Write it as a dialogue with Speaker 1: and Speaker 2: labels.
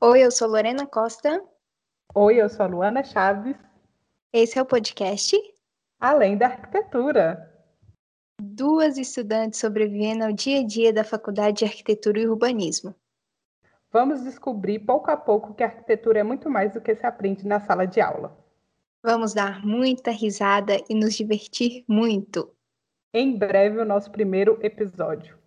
Speaker 1: Oi, eu sou Lorena Costa.
Speaker 2: Oi, eu sou a Luana Chaves.
Speaker 1: Esse é o podcast
Speaker 2: Além da Arquitetura.
Speaker 1: Duas estudantes sobrevivendo ao dia a dia da Faculdade de Arquitetura e Urbanismo.
Speaker 2: Vamos descobrir pouco a pouco que a arquitetura é muito mais do que se aprende na sala de aula.
Speaker 1: Vamos dar muita risada e nos divertir muito.
Speaker 2: Em breve, o nosso primeiro episódio.